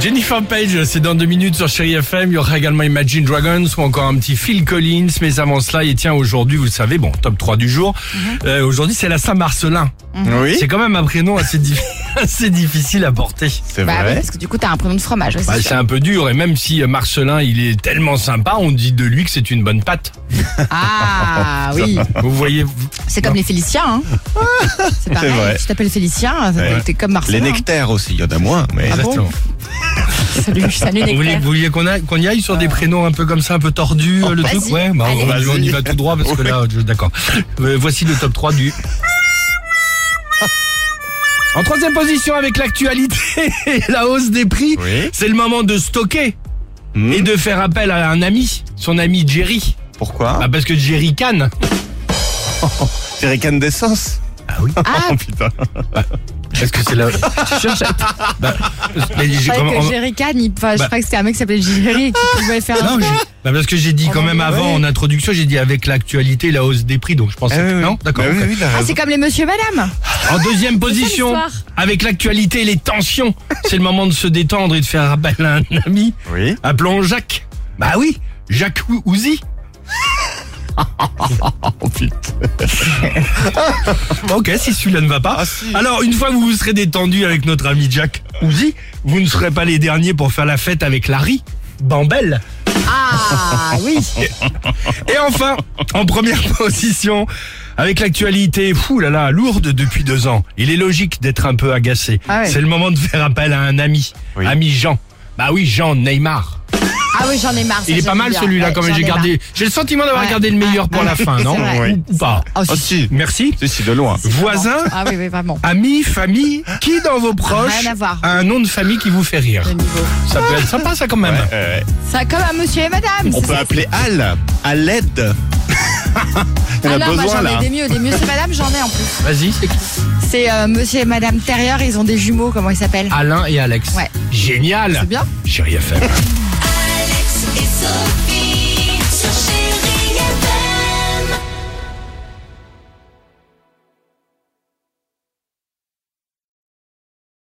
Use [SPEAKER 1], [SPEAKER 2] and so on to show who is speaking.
[SPEAKER 1] Jennifer Page, c'est dans deux minutes sur Chéri FM. Il y aura également Imagine Dragons ou encore un petit Phil Collins. Mais avant cela, et tiens, aujourd'hui, vous le savez, bon, top 3 du jour. Euh, aujourd'hui, c'est la Saint-Marcelin.
[SPEAKER 2] Mhm. Oui,
[SPEAKER 1] C'est quand même un prénom assez, diffi- assez difficile à porter.
[SPEAKER 2] c'est
[SPEAKER 3] Bah oui,
[SPEAKER 2] vrai.
[SPEAKER 3] parce que du coup, t'as un prénom de fromage. ouais, c'est
[SPEAKER 1] Bah,
[SPEAKER 3] sûr.
[SPEAKER 1] c'est un peu dur. Et même si euh, Marcelin, il est tellement sympa, on dit de lui que c'est une bonne patte.
[SPEAKER 3] Ah oui,
[SPEAKER 1] Vous voyez,
[SPEAKER 3] c'est comme les Féliciens. Hein. C'est pareil.
[SPEAKER 2] vrai.
[SPEAKER 3] Tu t'appelles Félicien,
[SPEAKER 2] Ouais.
[SPEAKER 3] t'es comme
[SPEAKER 2] Les
[SPEAKER 3] Marcelin. hein.
[SPEAKER 2] nectaires aussi, il y en a moins, mais
[SPEAKER 3] Ah bon
[SPEAKER 1] Exactement.
[SPEAKER 3] Salut, salut
[SPEAKER 1] Vous voulez,
[SPEAKER 3] Nectaire.
[SPEAKER 1] vous vouliez qu'on a- qu'on y aille sur des prénoms un peu comme ça, un peu tordus, euh, le
[SPEAKER 3] vas-y.
[SPEAKER 1] truc Ouais, bah, on,
[SPEAKER 2] Euh. Oh, Allez.
[SPEAKER 1] on y va tout droit parce que
[SPEAKER 2] Ouais.
[SPEAKER 1] là, je- d'accord. Euh, voici le top 3 du. En troisième position avec l'actualité et la hausse des prix,
[SPEAKER 2] Oui.
[SPEAKER 1] c'est le moment de stocker
[SPEAKER 2] Hmm.
[SPEAKER 1] et de faire appel à un ami, son ami Jerry.
[SPEAKER 2] pourquoi
[SPEAKER 1] Bah, parce que Jerry canne.
[SPEAKER 2] C'est ricane d'essence.
[SPEAKER 1] Ah oui.
[SPEAKER 3] Ah,
[SPEAKER 2] Oh putain.
[SPEAKER 1] Parce que c'est la. Je cherche à- Bah, mais j'ai
[SPEAKER 3] je croyais
[SPEAKER 1] comment-
[SPEAKER 3] que Jerry Can, il... enfin, je
[SPEAKER 1] Bah.
[SPEAKER 3] croyais que c'était un mec qui s'appelait Jerry et qui pouvait faire un...
[SPEAKER 1] Non, j'ai- bah, parce que j'ai dit quand
[SPEAKER 3] Ah,
[SPEAKER 1] même
[SPEAKER 3] ouais.
[SPEAKER 1] avant en introduction, j'ai dit avec l'actualité, la hausse des prix, donc je pensais
[SPEAKER 2] Ah oui,
[SPEAKER 1] que
[SPEAKER 2] oui.
[SPEAKER 1] non, d'accord.
[SPEAKER 2] Bah
[SPEAKER 1] ok.
[SPEAKER 2] oui, oui, il a
[SPEAKER 3] Ah,
[SPEAKER 2] raison.
[SPEAKER 3] c'est comme les monsieur madame.
[SPEAKER 1] En deuxième position,
[SPEAKER 3] l'histoire.
[SPEAKER 1] avec l'actualité et les tensions, c'est le moment de se détendre et de faire appel à un ami.
[SPEAKER 2] Oui.
[SPEAKER 1] Appelons Jacques. Bah oui, Jacques Ou- Ouzi.
[SPEAKER 2] Oh putain.
[SPEAKER 1] Bon, ok, si celui-là ne va pas.
[SPEAKER 2] Ah, si.
[SPEAKER 1] Alors, une fois que vous vous serez détendu avec notre ami Jacques Ouzi, vous ne serez pas les derniers pour faire la fête avec Larry. Bambel.
[SPEAKER 3] Ah oui.
[SPEAKER 1] Et enfin, en première position, avec l'actualité, fou là là, lourde depuis deux ans, il est logique d'être un peu agacé.
[SPEAKER 3] Ah ouais.
[SPEAKER 1] C'est le moment de faire appel à un ami,
[SPEAKER 2] Oui.
[SPEAKER 1] ami Jean. Bah oui, Jean Neymar.
[SPEAKER 3] Ah oui, j'en ai marre. ça,
[SPEAKER 1] Il est
[SPEAKER 3] j'aime
[SPEAKER 1] pas mal
[SPEAKER 3] bien.
[SPEAKER 1] celui-là
[SPEAKER 3] Ouais,
[SPEAKER 1] quand même.
[SPEAKER 3] j'en
[SPEAKER 1] J'ai
[SPEAKER 3] ai
[SPEAKER 1] gardé, j'ai le sentiment d'avoir
[SPEAKER 3] Ouais.
[SPEAKER 1] gardé le meilleur
[SPEAKER 3] Ah,
[SPEAKER 1] pour
[SPEAKER 3] ouais.
[SPEAKER 1] la fin,
[SPEAKER 3] C'est
[SPEAKER 1] non
[SPEAKER 3] vrai.
[SPEAKER 1] Ou- Ou pas
[SPEAKER 3] marre. Oh,
[SPEAKER 2] Oh
[SPEAKER 3] si,
[SPEAKER 2] si.
[SPEAKER 1] Merci.
[SPEAKER 2] Si, si, de loin.
[SPEAKER 3] si, vraiment.
[SPEAKER 1] Voisin,
[SPEAKER 3] Ah oui, oui, vraiment.
[SPEAKER 1] amis, famille, qui dans vos proches
[SPEAKER 3] Rien à voir.
[SPEAKER 1] a un nom de famille qui vous fait rire
[SPEAKER 3] Le niveau.
[SPEAKER 1] Ça peut être sympa ça quand même.
[SPEAKER 2] Euh,
[SPEAKER 3] Ça, comme un monsieur et madame.
[SPEAKER 2] on
[SPEAKER 3] c'est
[SPEAKER 2] peut
[SPEAKER 3] ça.
[SPEAKER 2] appeler Al. À l'aide. On
[SPEAKER 3] Ah
[SPEAKER 2] a
[SPEAKER 3] non, moi
[SPEAKER 2] besoin
[SPEAKER 3] j'en ai
[SPEAKER 2] là.
[SPEAKER 3] des mieux. Des mieux, c'est madame, j'en ai en plus.
[SPEAKER 1] Vas-y, c'est qui
[SPEAKER 3] C'est euh, monsieur et madame Terrier, ils ont des jumeaux, comment ils s'appellent
[SPEAKER 1] Alain et Alex.
[SPEAKER 3] Ouais.
[SPEAKER 1] Génial.
[SPEAKER 3] C'est bien
[SPEAKER 1] Chérie FM.